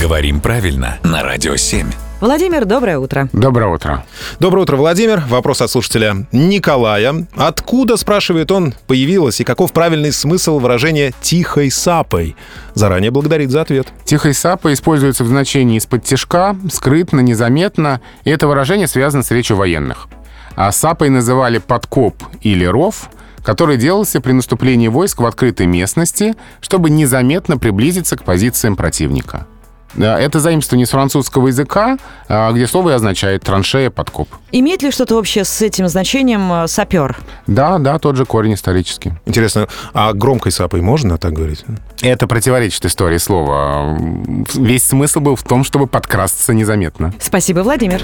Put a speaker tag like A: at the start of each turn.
A: Говорим правильно на Радио 7.
B: Владимир, доброе утро.
C: Доброе утро.
D: Доброе утро, Владимир. Вопрос от слушателя Николая. Откуда, спрашивает он, появилась и каков правильный смысл выражения «тихой сапой»? Заранее благодарит за ответ.
C: Тихой сапой используется в значении из-под тяжка, скрытно, незаметно. И это выражение связано с речью военных. А сапой называли подкоп или ров, который делался при наступлении войск в открытой местности, чтобы незаметно приблизиться к позициям противника. Да, Это заимствование с французского языка, а, где слово и означает траншея, подкоп.
B: Имеет ли что-то общее с этим значением э, сапер?
C: Да, да, тот же корень исторический.
D: Интересно, а громкой сапой можно так говорить?
C: Это противоречит истории слова. Весь смысл был в том, чтобы подкрасться незаметно.
B: Спасибо, Владимир.